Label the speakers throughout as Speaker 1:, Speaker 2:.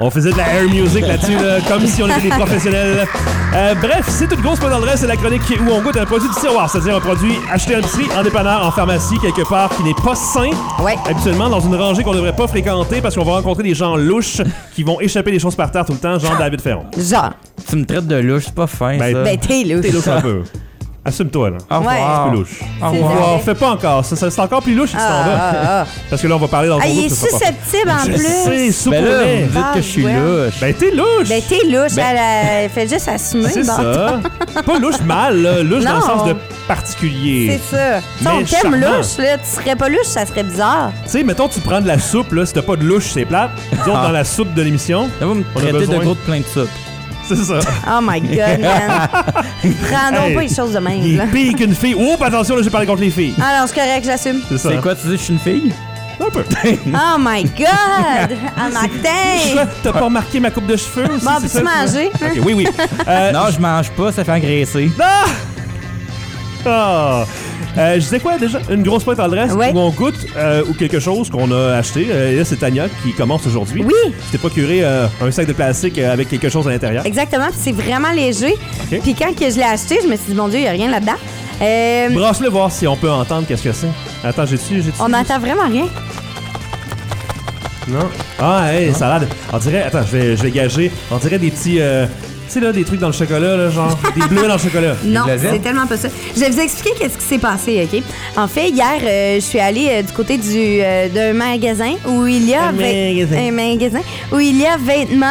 Speaker 1: On faisait de la air music là-dessus, là, comme si on était des professionnels. Euh, bref, c'est toute grosse pas dans le reste, c'est la chronique où on goûte un produit du tiroir, c'est-à-dire un produit acheté en épicerie, en dépanneur, en pharmacie, quelque part, qui n'est pas sain.
Speaker 2: Ouais.
Speaker 1: Habituellement, dans une rangée qu'on ne devrait pas fréquenter parce qu'on va rencontrer des gens louches qui vont échapper des choses par terre tout le temps, genre David Ferron.
Speaker 2: Genre,
Speaker 3: Tu me traites de louche, c'est pas fin,
Speaker 1: Ben,
Speaker 3: ça.
Speaker 2: ben t'es
Speaker 1: Euh,
Speaker 2: louche.
Speaker 1: T'es hein. louche un peu. Assume-toi, là.
Speaker 3: Au revoir.
Speaker 2: Ah.
Speaker 1: T'es louche.
Speaker 3: Au
Speaker 2: C'est
Speaker 1: Wow,
Speaker 3: revoir.
Speaker 2: vrai.
Speaker 1: fais pas encore. ça, ça, C'est encore plus louche si tu t'en vas.
Speaker 2: Ah, ah, ah.
Speaker 1: Parce que là, on va parler dans le
Speaker 2: Ah, il
Speaker 1: groupe,
Speaker 2: est
Speaker 1: ça, c'est pas
Speaker 2: susceptible en
Speaker 1: Je sais,
Speaker 2: plus.
Speaker 1: sous
Speaker 3: Ben là, vous
Speaker 1: poulet.
Speaker 3: me dites que je suis
Speaker 2: Ah, ouais.
Speaker 3: louche.
Speaker 1: Ben, t'es louche.
Speaker 2: Ben, t'es louche.
Speaker 3: Ben-
Speaker 2: Elle, euh, fait juste assumer.
Speaker 1: c'est
Speaker 2: bon.
Speaker 1: ça. pas louche mal, là. Louche dans le
Speaker 2: Non.
Speaker 1: sens de
Speaker 2: C'est
Speaker 1: particulier.
Speaker 2: ça. Tu sais,
Speaker 1: Mais
Speaker 2: on t'aime
Speaker 1: charmant.
Speaker 2: louche, là. Tu serais pas louche, ça serait bizarre.
Speaker 1: Tu sais, mettons, tu prends de la soupe, là. Si t'as pas de louche, c'est plate. Nous autres, dans la soupe de l'émission,
Speaker 3: Là, vous me
Speaker 1: On a
Speaker 3: traitez de
Speaker 1: besoin.
Speaker 3: gros de plein de soupe.
Speaker 1: c'est ça.
Speaker 2: Oh my God, man. Prends donc
Speaker 1: Hey,
Speaker 2: pas les choses de même,
Speaker 1: Il
Speaker 2: là.
Speaker 1: est pire qu'une fille. Oups, attention, là, j'ai parlé contre les filles.
Speaker 2: Ah non, c'est correct, j'assume.
Speaker 1: C'est ça.
Speaker 3: C'est quoi, tu dis que je suis une fille?
Speaker 1: Un peu.
Speaker 2: Oh my God! Un
Speaker 1: Quoi,
Speaker 2: matin!
Speaker 1: T'as pas remarqué ma coupe de cheveux aussi?
Speaker 2: Bon,
Speaker 1: c'est
Speaker 2: peux-tu
Speaker 1: ça?
Speaker 2: manger? hein?
Speaker 1: Ok, Oui, oui. Euh,
Speaker 3: Non, je mange pas, ça fait engraisser.
Speaker 1: Ah! Ah! Euh, je disais quoi déjà? Une grosse pointe en dresse
Speaker 2: Ouais.
Speaker 1: où on goûte euh, ou quelque chose qu'on a acheté. Euh, et là, c'est Tania qui commence aujourd'hui.
Speaker 2: Oui.
Speaker 1: Tu t'es procuré euh, un sac de plastique euh, avec quelque chose à l'intérieur.
Speaker 2: Exactement, puis c'est vraiment léger.
Speaker 1: Ok.
Speaker 2: Puis quand que je l'ai acheté, je me suis dit, mon Dieu, il n'y a rien là-dedans. Euh,
Speaker 1: Brasse-le voir si on peut entendre qu'est-ce que c'est. Attends, j'ai-tu... j'ai-tu-
Speaker 2: on n'entend vraiment rien.
Speaker 1: Non. Ah, hey, salade. On dirait... Attends, je vais, je vais gager. On dirait des petits... euh, tu sais, là, des trucs dans le chocolat, là, genre des bleus dans le chocolat.
Speaker 2: Non,
Speaker 3: glazette?
Speaker 2: c'est tellement pas ça. Je vais vous expliquer qu'est-ce qui s'est passé, OK? En fait, hier, euh, je suis allée euh, du côté du, euh, d'un magasin où il y a...
Speaker 1: Un
Speaker 2: vêt-
Speaker 1: magasin.
Speaker 2: un magasin où il y a vêtements,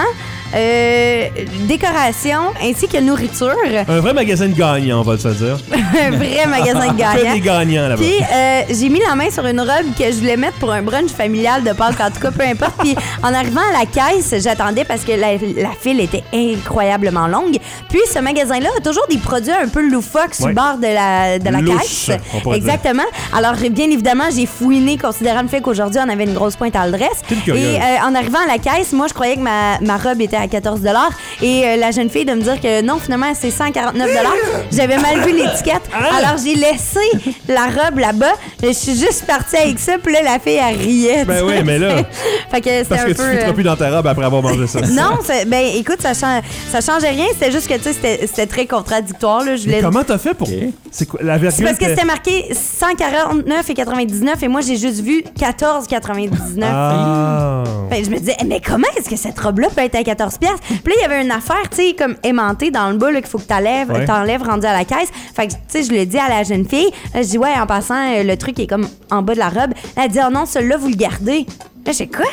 Speaker 2: euh, décorations ainsi que nourriture.
Speaker 1: Un vrai magasin de gagnants, on va se le dire.
Speaker 2: un vrai magasin de
Speaker 1: Que des
Speaker 2: gagnants.
Speaker 1: gagnants, là-bas.
Speaker 2: Puis euh, j'ai mis la main sur une robe que je voulais mettre pour un brunch familial de Pâques, en tout cas, peu importe. Puis en arrivant à la caisse, j'attendais parce que la, la file était incroyablement longue. Puis ce magasin-là a toujours des produits un peu loufoques sur
Speaker 1: Ouais.
Speaker 2: le bord de la, de la
Speaker 1: Louche,
Speaker 2: caisse.
Speaker 1: on pourrait dire.
Speaker 2: Exactement. Alors bien évidemment, j'ai fouiné considérant le fait qu'aujourd'hui, on avait une grosse pointe à l'adresse.
Speaker 1: T'es une
Speaker 2: Et
Speaker 1: curieuse.
Speaker 2: euh, en arrivant à la caisse, moi, je croyais que ma, ma robe était à 14 Et euh, la jeune fille de me dire que non, finalement, c'est 149 J'avais mal vu l'étiquette.
Speaker 1: Ah!
Speaker 2: Alors, j'ai laissé la robe là-bas. Je suis juste partie avec ça. Puis là, la fille, elle riait.
Speaker 1: Ben
Speaker 2: tu
Speaker 1: oui,
Speaker 2: sais.
Speaker 1: mais là,
Speaker 2: fait que c'était
Speaker 1: Parce
Speaker 2: un
Speaker 1: que tu
Speaker 2: peu.
Speaker 1: ne
Speaker 2: euh,
Speaker 1: plus dans ta robe après avoir mangé ça.
Speaker 2: non, c'est- ben écoute, ça, change, ça changeait rien. C'était juste que, tu sais, c'était- c'était très contradictoire. Là. Je voulais
Speaker 1: Mais comment t'as fait pour.
Speaker 3: Ok.
Speaker 1: C'est quoi la virgule
Speaker 2: c'est parce que
Speaker 1: était-
Speaker 2: c'était marqué 149 et 99 et moi j'ai juste vu 14 99.
Speaker 1: Ah.
Speaker 2: Fait que je me disais, Eh, mais comment est-ce que cette robe-là peut être à 14 pièces Puis là, il y avait une affaire, tu sais, comme aimantée dans le bas, là, qu'il faut que t'enlèves,
Speaker 1: Ouais.
Speaker 2: t'enlèves rendu à la caisse. Fait que, tu sais, je l'ai dit à la jeune fille. Là, je dis, ouais, en passant, euh, le truc est comme en bas de la robe. Elle dit, oh non, celui-là, vous le gardez. Là, je dis, quoi?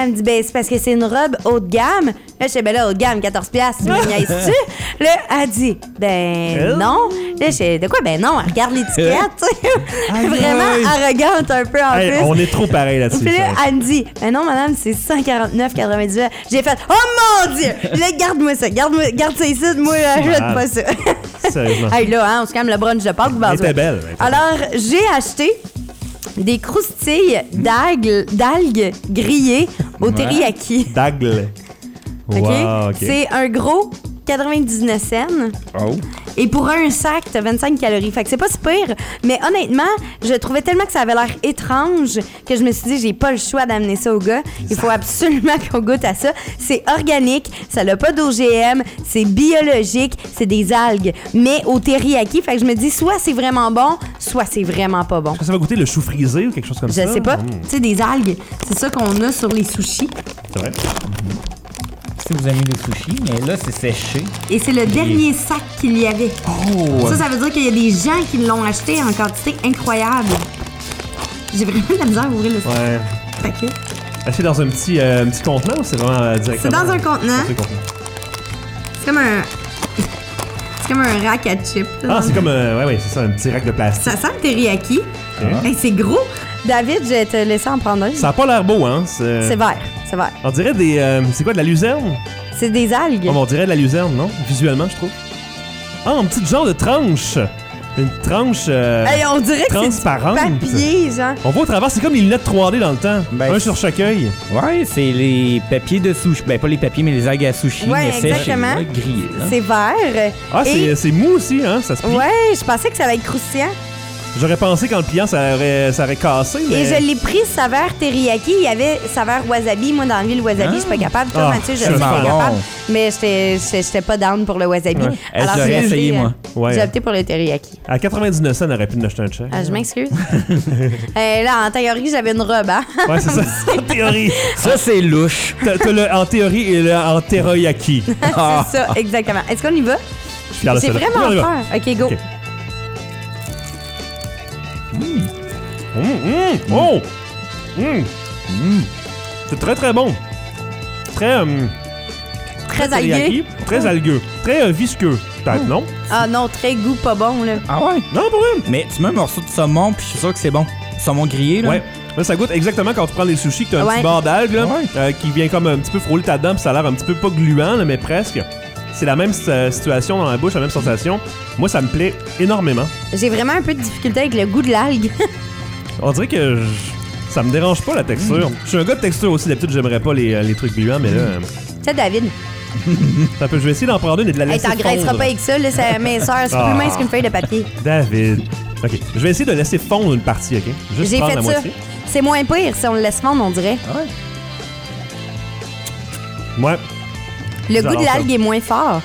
Speaker 2: Elle me dit, ben, c'est parce que c'est une robe haut de gamme. Là, je dis, ben là, haut de gamme, 14 piastres, tu me niaises-tu? Là, elle dit, ben, non. Là, je dis, de quoi? Ben non, elle regarde l'étiquette, tu sais.
Speaker 1: aïe.
Speaker 2: Vraiment arrogante un peu en
Speaker 1: Hey,
Speaker 2: plus.
Speaker 1: on est trop pareil là-dessus.
Speaker 2: Puis là,
Speaker 1: ça.
Speaker 2: elle me dit, mais non, madame, c'est 149,99. J'ai fait, oh mon Dieu! Là, garde-moi ça, garde-moi, garde ça ici, moi, ajoute
Speaker 1: malade.
Speaker 2: pas ça.
Speaker 1: Sérieusement.
Speaker 2: hey, là, hein, on se calme le brunch de Pâques,
Speaker 1: Elle
Speaker 2: Bazouin.
Speaker 1: était belle. elle était
Speaker 2: Alors, j'ai acheté des croustilles d'algues, d'algues grillées au teriyaki.
Speaker 1: belle. Dagle.
Speaker 2: OK?
Speaker 1: Wow, ok.
Speaker 2: C'est un gros 99 cents.
Speaker 3: Oh.
Speaker 2: Et pour un sac, t'as 25 calories. Fait que c'est pas si pire. Mais honnêtement, je trouvais tellement que ça avait l'air étrange que je me suis dit, j'ai pas le choix d'amener ça au gars. Il faut absolument qu'on goûte à ça. C'est organique, ça n'a pas d'OGM, c'est biologique, c'est des algues. Mais au teriyaki, fait que je me dis, soit c'est vraiment bon, soit c'est vraiment pas bon.
Speaker 1: Est-ce que ça va goûter le chou frisé ou quelque chose comme
Speaker 2: Je
Speaker 1: ça?
Speaker 2: sais pas,
Speaker 1: Mm,
Speaker 2: tu sais, des algues, c'est ça qu'on a sur les sushis.
Speaker 1: c'est vrai.
Speaker 3: Si vous aimez les sushis, mais là, c'est séché.
Speaker 2: Et c'est le dernier sac qu'il y avait.
Speaker 3: Oh!
Speaker 2: Ça, ça veut dire qu'il y a des gens qui l'ont acheté en quantité incroyable. J'ai vraiment de la misère à ouvrir le sac.
Speaker 1: Ouais.
Speaker 2: paquet.
Speaker 1: Est-ce que c'est dans un petit, euh, un petit contenant ou c'est vraiment euh, directement?
Speaker 2: C'est dans un contenant.
Speaker 1: Dans un contenant.
Speaker 2: C'est comme un. C'est comme un rack à chips.
Speaker 1: Ah, c'est comme. euh, ouais, ouais, c'est ça, un petit rack de plastique.
Speaker 2: Ça sent le teriyaki.
Speaker 1: Ah.
Speaker 2: Hey, c'est gros. David, je vais te laisser en prendre un.
Speaker 1: Ça a pas l'air beau, hein?
Speaker 2: C'est vert, c'est vert.
Speaker 1: On dirait des. euh, c'est quoi, de la luzerne?
Speaker 2: C'est des algues.
Speaker 1: Oh, mais on dirait de la luzerne, non? Visuellement, je trouve. Ah, un petit genre de tranche. Une tranche. euh,
Speaker 2: Hey, on dirait que c'est du
Speaker 1: transparente.
Speaker 2: papier, genre.
Speaker 1: On voit au travers, c'est comme les lunettes 3D dans le temps.
Speaker 3: Ben,
Speaker 1: un sur chaque œil.
Speaker 3: Ouais, c'est les papiers de sushi. Ben, pas les papiers, mais les algues à sushi.
Speaker 2: Ouais,
Speaker 3: mais séchées,
Speaker 2: exactement.
Speaker 3: là, grillées. là.
Speaker 2: C'est vert.
Speaker 1: Hein? Ah, c'est-
Speaker 2: Et-
Speaker 1: c'est mou aussi, hein? Ça se plie.
Speaker 2: Ouais, je pensais que ça allait être croustillant.
Speaker 1: J'aurais pensé qu'en le pliant, ça aurait, ça aurait cassé. Mais...
Speaker 2: Et je l'ai pris saveur teriyaki. Il y avait saveur wasabi. Moi, dans le le wasabi, je suis pas capable. Toi,
Speaker 1: Ah,
Speaker 2: Mathieu, je suis
Speaker 1: tellement
Speaker 2: pas
Speaker 3: bon.
Speaker 2: capable. Mais j'étais- j'étais j'étais pas down pour le wasabi.
Speaker 3: Ouais. Eh, je l'aurais
Speaker 2: j'ai opté,
Speaker 3: essayé,
Speaker 2: euh,
Speaker 3: moi.
Speaker 1: Ouais.
Speaker 2: J'ai opté pour le teriyaki.
Speaker 1: À 99 cents, on aurait pu nous acheter un chèque.
Speaker 2: Ah, je m'excuse. Euh, là, en théorie, j'avais une robe. hein.
Speaker 1: Ouais, c'est ça. en théorie.
Speaker 3: Ça, c'est louche.
Speaker 1: T'as t'as le en théorie et le en teriyaki.
Speaker 3: Ah.
Speaker 2: C'est ça, exactement. Est-ce qu'on y va?
Speaker 1: Je suis fier de
Speaker 2: J'ai
Speaker 1: ça, Mmh, là.
Speaker 2: vraiment
Speaker 1: On y va.
Speaker 2: peur. OK, go.
Speaker 1: Ok. Hum, hum, Oh! Hum. C'est très, très bon. Très... hum,
Speaker 2: Très
Speaker 1: teriyaki,
Speaker 2: algué.
Speaker 1: Très algueux. Très euh, visqueux. Peut-être, non?
Speaker 2: Ah non, très goût pas bon, là.
Speaker 3: Ah ouais?
Speaker 1: Non, pour vrai.
Speaker 3: Mais tu mets un morceau de saumon, puis je suis sûr que c'est bon. Saumon grillé, là.
Speaker 1: Ouais. Là, ça goûte exactement quand tu prends les sushis, que t'as un
Speaker 2: Mmh. Ouais.
Speaker 1: petit bord d'algue, là,
Speaker 3: Ouais.
Speaker 1: euh, qui vient comme un petit peu frôler ta dent, puis ça a l'air un petit peu pas gluant, là, mais presque. C'est la même euh, situation dans la bouche, la même sensation. Moi, ça me plaît énormément.
Speaker 2: J'ai vraiment un peu de difficulté avec le goût de l'algue.
Speaker 1: On dirait que je- ça me dérange pas la texture. Je suis un gars de texture aussi, d'habitude j'aimerais pas les, euh, les trucs gluants, mais là, euh,
Speaker 2: tu sais, David,
Speaker 1: c'est un peu. Je vais essayer d'en prendre une et de la
Speaker 2: hey,
Speaker 1: laisser.
Speaker 2: t'engraisseras
Speaker 1: fondre.
Speaker 2: pas avec ça, là, ça minceur. C'est
Speaker 1: Ah.
Speaker 2: plus mince qu'une feuille de papier.
Speaker 1: David. Ok, je vais essayer de laisser fondre une partie, ok? Juste
Speaker 2: J'ai
Speaker 1: prendre la
Speaker 2: fait ça.
Speaker 1: moitié.
Speaker 2: C'est moins pire si on le laisse fondre, on dirait.
Speaker 3: Ah ouais?
Speaker 1: Ouais,
Speaker 2: Le goût
Speaker 1: J'adore
Speaker 2: de
Speaker 1: ça.
Speaker 2: l'algue est moins fort.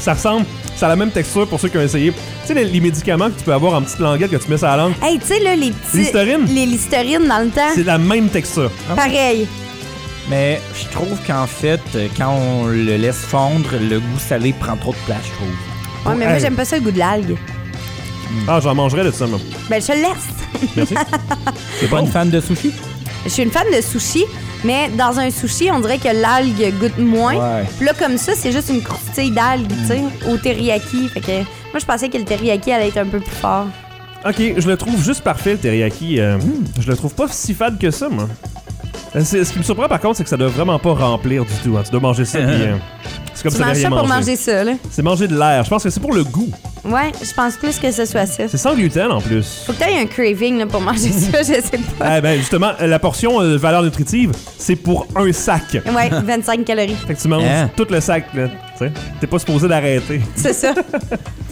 Speaker 1: ça ressemble. Ça a la même texture pour ceux qui ont essayé. Tu sais, les, les médicaments que tu peux avoir en petite languette que tu mets sur la langue,
Speaker 2: Hey, tu sais, là, les petits.
Speaker 1: Listerine?
Speaker 2: Les listerines dans le temps.
Speaker 1: c'est la même texture.
Speaker 2: Pareil.
Speaker 3: Mais je trouve qu'en fait, euh, quand on le laisse fondre, le goût salé prend trop de place, je trouve.
Speaker 2: Ouais, mais moi,
Speaker 1: Hey.
Speaker 2: j'aime pas ça, le goût de l'algue. Mm.
Speaker 1: Ah, j'en mangerais de ça, moi.
Speaker 2: Ben, je te le laisse.
Speaker 1: Merci.
Speaker 3: T'es pas une
Speaker 1: Oh.
Speaker 3: fan de sushi?
Speaker 2: Je suis une fan de sushi, mais dans un sushi, on dirait que l'algue goûte moins.
Speaker 3: Ouais.
Speaker 2: Puis là, comme ça, c'est juste une croustille d'algue, tu sais, au teriyaki. Fait que moi, je pensais que le teriyaki allait être un peu plus fort.
Speaker 1: ok, je le trouve juste parfait, le teriyaki. euh, Je le trouve pas si fade que ça, moi. Euh, c'est- Ce qui me surprend par contre, c'est que ça doit vraiment pas remplir du tout. hein. Tu dois manger ça, puis euh, c'est comme
Speaker 2: Tu
Speaker 1: ça
Speaker 2: manges ça pour manger ça, là.
Speaker 1: C'est manger de l'air. Je pense que c'est pour le goût.
Speaker 2: Ouais, je pense plus que ce soit ça.
Speaker 1: C'est sans gluten en plus.
Speaker 2: Faut que t'aies un craving là, pour manger ça, je sais pas.
Speaker 1: Eh ben justement, la portion euh, valeur nutritive, c'est pour un sac.
Speaker 2: Ouais, 25 calories,
Speaker 1: Fait que tu manges
Speaker 3: Hein?
Speaker 1: tout le sac, là. Tu sais, t'es pas supposé d'arrêter.
Speaker 2: c'est ça.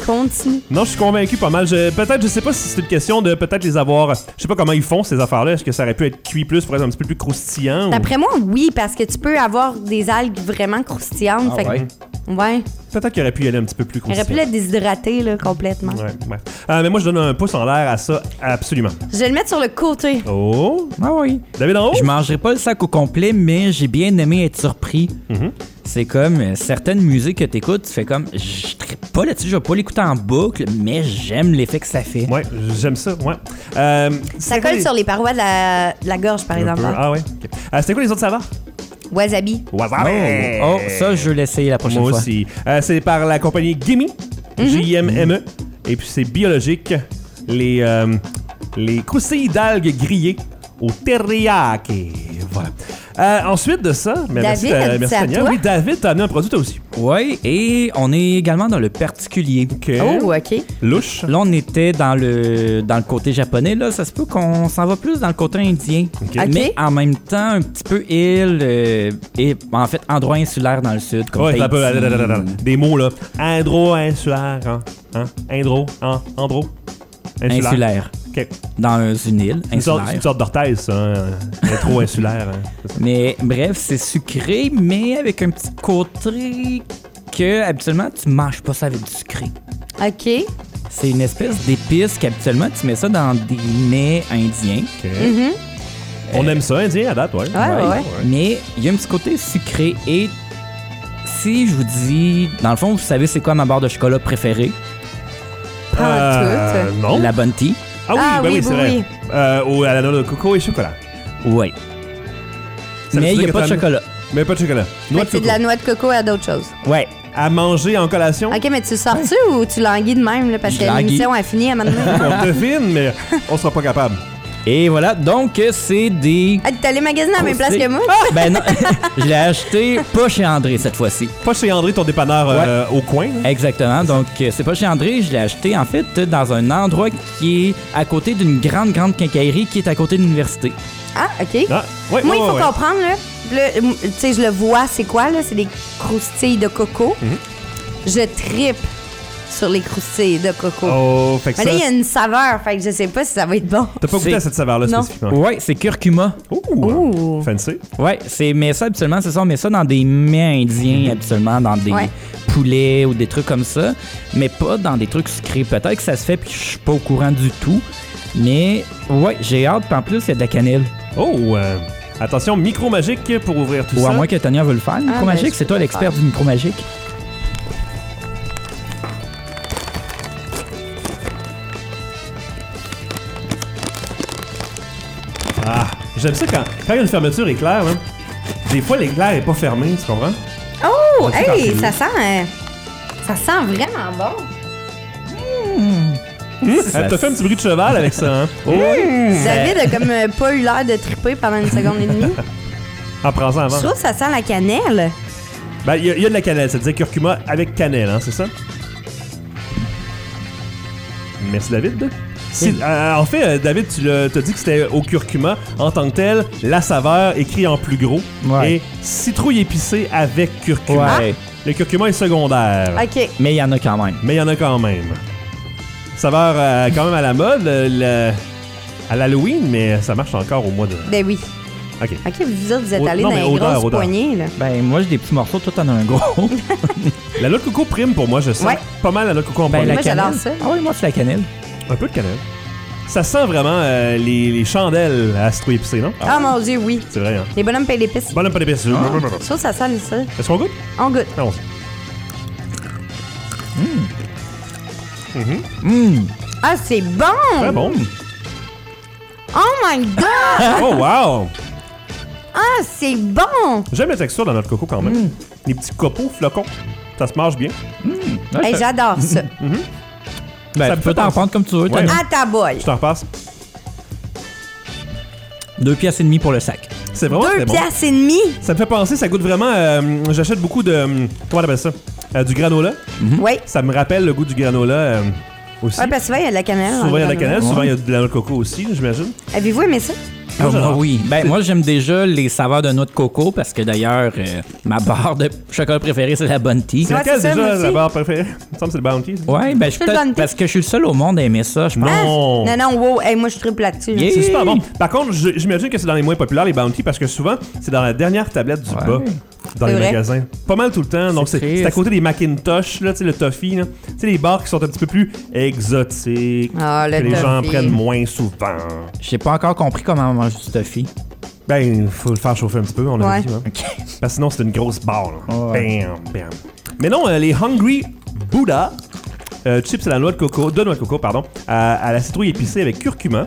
Speaker 2: Continue.
Speaker 1: Non, je suis convaincu pas mal. Je- Peut-être, je sais pas si c'est une question de peut-être les avoir. Je sais pas comment ils font ces affaires-là. Est-ce que ça aurait pu être cuit plus pour être un petit peu plus croustillant? ou-
Speaker 2: D'après moi, oui, parce que tu peux avoir des algues vraiment croustillantes.
Speaker 3: Ah
Speaker 2: fait que-
Speaker 3: ouais?
Speaker 2: Ouais.
Speaker 1: Peut-être qu'il aurait pu y aller un petit peu plus
Speaker 2: Il aurait pu
Speaker 1: croustillant.
Speaker 2: le déshydrater là, complètement.
Speaker 1: Ouais, ouais. Euh, mais moi, je donne un pouce en l'air à ça, absolument.
Speaker 2: Je vais le mettre sur le côté.
Speaker 1: Oh!
Speaker 3: Ah oui.
Speaker 1: David en haut?
Speaker 3: Je mangerai pas le sac au complet, mais j'ai bien aimé être surpris.
Speaker 1: Mhm.
Speaker 3: C'est comme euh, certaines musiques que t'écoutes, tu fais comme je trippe pas là-dessus, je vais pas l'écouter en boucle, mais j'aime l'effet que ça fait.
Speaker 1: Ouais, j'aime ça, ouais. Euh,
Speaker 2: Ça colle sur les parois de la, de la gorge, par
Speaker 1: Un
Speaker 2: exemple.
Speaker 1: peu.
Speaker 2: hein.
Speaker 1: Ah ouais. ok. Euh, C'était quoi les autres saveurs?
Speaker 2: Wasabi.
Speaker 1: Wasabi.
Speaker 3: Oh, oh, ça je vais l'essayer la prochaine
Speaker 1: Moi
Speaker 3: fois.
Speaker 1: aussi. Euh, c'est par la compagnie Gimme,
Speaker 2: Mhm.
Speaker 1: J-I-M-M-E. Et puis c'est biologique, les, euh, les croustilles d'algues grillées au teriyaki. Voilà. Euh, ensuite de ça, mais merci,
Speaker 2: David,
Speaker 1: euh,
Speaker 2: c'est
Speaker 1: merci
Speaker 2: à
Speaker 1: Tania.
Speaker 2: toi.
Speaker 1: Oui, David, t'as amené un produit toi aussi.
Speaker 3: Ouais, et on est également dans le particulier.
Speaker 2: Oh, OK.
Speaker 1: Louche.
Speaker 3: Là, on était dans le dans le côté japonais. Là, ça se peut qu'on s'en va plus dans le côté indien.
Speaker 1: Ok.
Speaker 3: Mais
Speaker 2: Ok.
Speaker 3: en même temps, un petit peu île euh, et en fait endroit insulaire dans le sud. Comme
Speaker 1: Ouais,
Speaker 3: Tahiti.
Speaker 1: ça peut- attends, attends, attends, attends. euh, des mots là. Indro, insulaire, hein? hein? Indro, hein? Andro.
Speaker 3: Insulaire.
Speaker 1: Ok.
Speaker 3: Dans une île
Speaker 1: Une sorte, une
Speaker 3: insulaire.
Speaker 1: sorte d'orthèse, ça. hein? Intro insulaire. hein. C'est ça.
Speaker 3: Mais bref, c'est sucré, mais avec un petit côté que habituellement tu manges pas ça avec du sucré.
Speaker 2: OK.
Speaker 3: C'est une espèce d'épice qu'habituellement tu mets ça dans des mets indiens.
Speaker 1: Ok. On aime ça, indien, à date, ouais.
Speaker 2: Mm-hmm. Ouais, ouais, ouais.
Speaker 3: Mais il y a un petit côté sucré et si je vous dis, dans le fond, vous savez c'est quoi ma barre de chocolat préférée
Speaker 2: Pas
Speaker 1: Euh,
Speaker 2: en tout.
Speaker 1: non.
Speaker 3: La Bounty.
Speaker 1: Ah oui,
Speaker 2: Ah
Speaker 1: ben
Speaker 2: oui,
Speaker 1: oui, c'est
Speaker 2: oui,
Speaker 1: vrai.
Speaker 2: oui.
Speaker 1: Euh, au, à la noix de coco et chocolat.
Speaker 3: Ouais.
Speaker 1: veut
Speaker 3: Mais
Speaker 1: dire
Speaker 3: il n'y
Speaker 1: que
Speaker 3: a pas de
Speaker 1: t'as-
Speaker 3: chocolat.
Speaker 1: Mais pas de chocolat.
Speaker 2: Fait
Speaker 1: Noix
Speaker 2: que
Speaker 1: de coco.
Speaker 2: C'est
Speaker 1: Oh.
Speaker 2: de la noix de coco à d'autres choses.
Speaker 3: Ouais.
Speaker 1: À manger en collation.
Speaker 2: OK, mais tu le sors-tu ou tu languis de même, là, parce
Speaker 3: Je
Speaker 2: que
Speaker 3: languis.
Speaker 2: l'émission a fini à maintenant?
Speaker 1: On devine, mais on sera pas capable.
Speaker 3: Et voilà, donc euh, c'est des.
Speaker 2: ah, t'es allé magasiner à la même place que moi?
Speaker 3: Ah! Ben non, je l'ai acheté pas chez André cette fois-ci.
Speaker 1: Pas chez André, ton dépanneur euh, au coin. là.
Speaker 3: Exactement. Donc, euh, c'est pas chez André, je l'ai acheté en fait dans un endroit qui est à côté d'une grande, grande quincaillerie qui est à côté de l'université.
Speaker 2: Ah, OK.
Speaker 1: Ah, ouais,
Speaker 2: Moi, il
Speaker 1: ouais,
Speaker 2: faut
Speaker 1: ouais.
Speaker 2: comprendre, là. Là, m- tu sais,
Speaker 1: Mhm.
Speaker 2: je le vois, c'est quoi, là? C'est des croustilles de coco. Je tripe sur les croustilles de coco.
Speaker 1: Oh, fait que
Speaker 2: Mais
Speaker 1: ça.
Speaker 2: là, il y a une saveur, fait que je sais pas si ça va être bon.
Speaker 1: T'as pas goûté
Speaker 3: C'est- Oh.
Speaker 1: à cette saveur-là
Speaker 2: Non.
Speaker 1: spécifiquement.
Speaker 3: Ouais, c'est curcuma.
Speaker 1: Ouh,
Speaker 2: Ouh.
Speaker 1: fancy.
Speaker 3: Ouais, c'est mais ça habituellement, c'est ça, on met ça dans des mets indiens habituellement, dans des
Speaker 2: Ouais.
Speaker 3: poulets ou des trucs comme ça, mais pas dans des trucs sucrés. Peut-être que ça se fait puis je suis pas au courant du tout. Mais ouais, j'ai hâte, puis en plus il y a de la cannelle.
Speaker 1: Oh, euh, attention, micro magique pour ouvrir tout
Speaker 3: Ou à
Speaker 1: ça.
Speaker 3: moins que Tania veut le faire, le micro
Speaker 2: ben,
Speaker 3: magique,
Speaker 2: je
Speaker 3: c'est toi
Speaker 2: peux
Speaker 3: l'expert
Speaker 2: le
Speaker 3: du micro magique.
Speaker 1: Ah, j'aime ça quand, quand il y a une fermeture éclair, hein. Des fois, l'éclair est pas fermé, tu comprends?
Speaker 2: Oh,
Speaker 1: Ah, c'est
Speaker 2: hey,
Speaker 1: parfait.
Speaker 2: ça sent. euh, ça sent vraiment bon.
Speaker 1: Hum,
Speaker 3: Ça
Speaker 1: elle t'a fait un petit bruit de cheval avec ça, hein? Oh,
Speaker 2: Mmh! Hmm. David a comme euh, pas eu l'air de triper pendant une seconde et demie.
Speaker 1: en prends-en
Speaker 2: Je
Speaker 1: avant.
Speaker 2: trouve que ça sent la cannelle.
Speaker 1: Ben, il y, a- il y a de la cannelle, ça disait curcuma avec cannelle, hein, c'est ça? Merci, David. Si- euh, en fait, euh, David, tu l'as- t'as dit que c'était au curcuma. En tant que tel, la saveur écrit en plus gros.
Speaker 3: Ouais.
Speaker 1: Et citrouille épicée avec curcuma.
Speaker 3: Ouais.
Speaker 1: Le curcuma est secondaire.
Speaker 2: OK.
Speaker 3: Mais il y en a quand même.
Speaker 1: Mais il y en a quand même. Saveur euh, quand même à la mode, euh, le- à l'Halloween, mais ça marche encore au mois de...
Speaker 2: Ben oui.
Speaker 1: OK.
Speaker 2: OK, vous autres, vous êtes
Speaker 1: Oh,
Speaker 2: allés
Speaker 1: non,
Speaker 2: dans
Speaker 1: mais
Speaker 2: les
Speaker 1: odeur,
Speaker 2: grosses
Speaker 1: odeur.
Speaker 2: poignées, là.
Speaker 3: Ben moi j'ai des petits morceaux, toi t'en as un gros.
Speaker 1: La noix de coco prime pour moi, je sens
Speaker 2: Ouais.
Speaker 1: pas mal la noix de coco en
Speaker 3: ben
Speaker 1: premier.
Speaker 3: la
Speaker 2: Moi, j'adore
Speaker 3: cannelle.
Speaker 2: ça.
Speaker 3: Ah oui, moi c'est la cannelle.
Speaker 1: Un peu de cannelle. Ça sent vraiment euh, les, les chandelles à citrouille épicée, non?
Speaker 2: Ah, mon Dieu, oui.
Speaker 1: C'est vrai, hein?
Speaker 2: Les bonhommes payent l'épice.
Speaker 1: Bonhomme pas d'épices. hein.
Speaker 2: Je trouve que ça sent ça.
Speaker 1: Est-ce qu'on goûte? Ah,
Speaker 2: On goûte.
Speaker 1: Non.
Speaker 3: Hum,
Speaker 2: Ah, c'est bon!
Speaker 1: Très bon.
Speaker 2: Oh my God!
Speaker 1: Oh, wow!
Speaker 2: ah, c'est bon!
Speaker 1: J'aime la texture de la noix de coco quand même.
Speaker 2: Mm.
Speaker 1: Les petits copeaux, flocons. Ça se mange bien.
Speaker 3: Ouais,
Speaker 2: Hey,
Speaker 3: ça-
Speaker 2: j'adore ça.
Speaker 3: ben,
Speaker 1: ça me
Speaker 3: tu peux
Speaker 1: fait
Speaker 3: t'en
Speaker 1: penser-
Speaker 3: prendre comme tu veux,
Speaker 1: Ouais.
Speaker 3: Tania.
Speaker 2: À ta bolle.
Speaker 1: Je t'en repasse.
Speaker 3: Deux pièces et demie pour le sac.
Speaker 1: C'est vraiment
Speaker 2: Deux
Speaker 1: très bon.
Speaker 2: piastres et demie.
Speaker 1: Ça me fait penser, ça goûte vraiment. euh, J'achète beaucoup de. euh, Comment on appelle ça Euh, Du granola.
Speaker 2: Oui.
Speaker 1: Ça me rappelle le goût du granola euh, aussi.
Speaker 2: Ouais, parce que souvent, il y a de la cannelle.
Speaker 1: souvent il y a de la
Speaker 2: dans le
Speaker 1: cannelle,
Speaker 3: Ouais.
Speaker 1: souvent il y a de la noix de coco aussi, j'imagine.
Speaker 2: granola. Avez-vous aimé ça?
Speaker 3: Ah,
Speaker 1: Moi,
Speaker 3: moi,
Speaker 1: j'adore.
Speaker 3: oui. Ben, moi, j'aime déjà les saveurs de noix de coco parce que d'ailleurs, euh, ma barre de chocolat préférée, c'est la Bounty.
Speaker 1: C'est
Speaker 2: Ouais,
Speaker 1: laquelle
Speaker 2: c'est ça,
Speaker 1: déjà
Speaker 2: moi aussi.
Speaker 1: la barre préférée Il me semble que c'est le bounty. ça.
Speaker 3: Ouais, ben, je suis
Speaker 2: C'est le
Speaker 3: peut-être-
Speaker 2: Bounty.
Speaker 3: parce que je suis le seul au monde à aimer ça, je pense.
Speaker 2: Ah,
Speaker 1: Non.
Speaker 2: Non, non, wow. Hey, moi, je triple là-dessus. là.
Speaker 3: Yeah.
Speaker 1: C'est super bon. Par contre, je- j'imagine que c'est dans les moins populaires, les bounty, parce que souvent, c'est dans la dernière tablette du bas. Dans
Speaker 2: C'est
Speaker 1: les
Speaker 2: vrai.
Speaker 1: magasins. Pas mal tout le temps. Donc, c'est
Speaker 3: triste.
Speaker 1: c'est à côté des Macintosh, là, tu sais, le toffee. là. Tu sais, les bars qui sont un petit peu plus exotiques.
Speaker 2: Ah, le
Speaker 1: que les gens
Speaker 2: toffee.
Speaker 1: prennent moins souvent.
Speaker 3: J'ai pas encore compris comment on mange du toffee.
Speaker 1: Ben, faut le faire chauffer un petit peu, on a
Speaker 2: Ouais.
Speaker 1: dit. hein. Parce que sinon, c'est une grosse barre. là.
Speaker 3: Ouais.
Speaker 1: Bam, bam. Mais non, euh, les Hungry Buddha, euh, chips à la noix de coco, de noix de coco, pardon, à, à la citrouille épicée avec curcuma.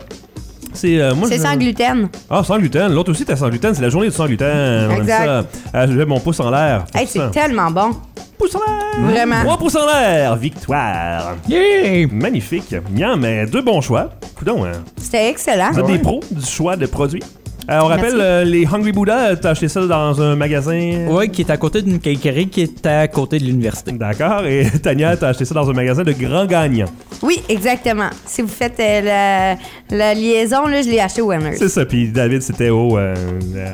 Speaker 1: C'est euh, moi,
Speaker 2: C'est
Speaker 1: je-
Speaker 2: sans gluten.
Speaker 1: Ah, sans gluten. L'autre aussi, t'as sans gluten. C'est la journée du sans gluten. On aime
Speaker 2: Exact.
Speaker 1: ça. Ah, je mets mon pouce en l'air.
Speaker 2: Hey,
Speaker 1: Pouce en-
Speaker 2: c'est tellement bon.
Speaker 1: pouce en l'air.
Speaker 2: Vraiment.
Speaker 1: Trois pouces en l'air. Victoire.
Speaker 3: Yeah!
Speaker 1: Magnifique. Bien, mais deux bons choix. Coudon, hein.
Speaker 2: C'était excellent.
Speaker 3: Ah
Speaker 1: Vous êtes des pros du choix de produits. Euh, on rappelle,
Speaker 2: Merci.
Speaker 1: euh, les Hungry Buddha, euh, t'as acheté ça dans un magasin.
Speaker 3: Ouais, qui est à côté d'une caquerie qui est à côté de l'université.
Speaker 1: D'accord. Et Tania, t'as acheté ça dans un magasin de grands gagnants.
Speaker 2: Oui, exactement. Si vous faites euh, la, la liaison, là, je l'ai acheté au Winners.
Speaker 1: C'est ça. Puis David, c'était au. Euh, euh,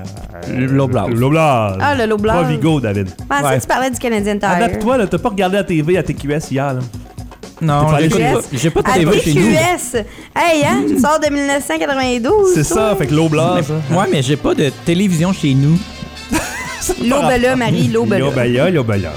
Speaker 1: euh,
Speaker 3: Loblaws.
Speaker 1: Loblaws.
Speaker 2: Ah, le
Speaker 1: Pas
Speaker 2: Loblaws.
Speaker 1: Vigo, David.
Speaker 2: Je pensais
Speaker 3: Ouais.
Speaker 2: que tu parlais du Canadien Tire.
Speaker 1: Adapte-toi, là. T'as pas regardé la TV à TQS hier, là.
Speaker 3: Non,
Speaker 1: T'es
Speaker 3: j'ai
Speaker 1: pas allé
Speaker 3: pas,
Speaker 2: chez
Speaker 3: j'ai pas de
Speaker 2: À
Speaker 3: TV chez nous.
Speaker 2: TQS. Hey, hein? Tu sors de 1992.
Speaker 1: C'est ça, fait que Loblaws. hein.
Speaker 3: Ouais, mais j'ai pas de télévision chez nous.
Speaker 2: L'aube là, Marie, l'aube là.
Speaker 1: ben Yobaya, yobaya.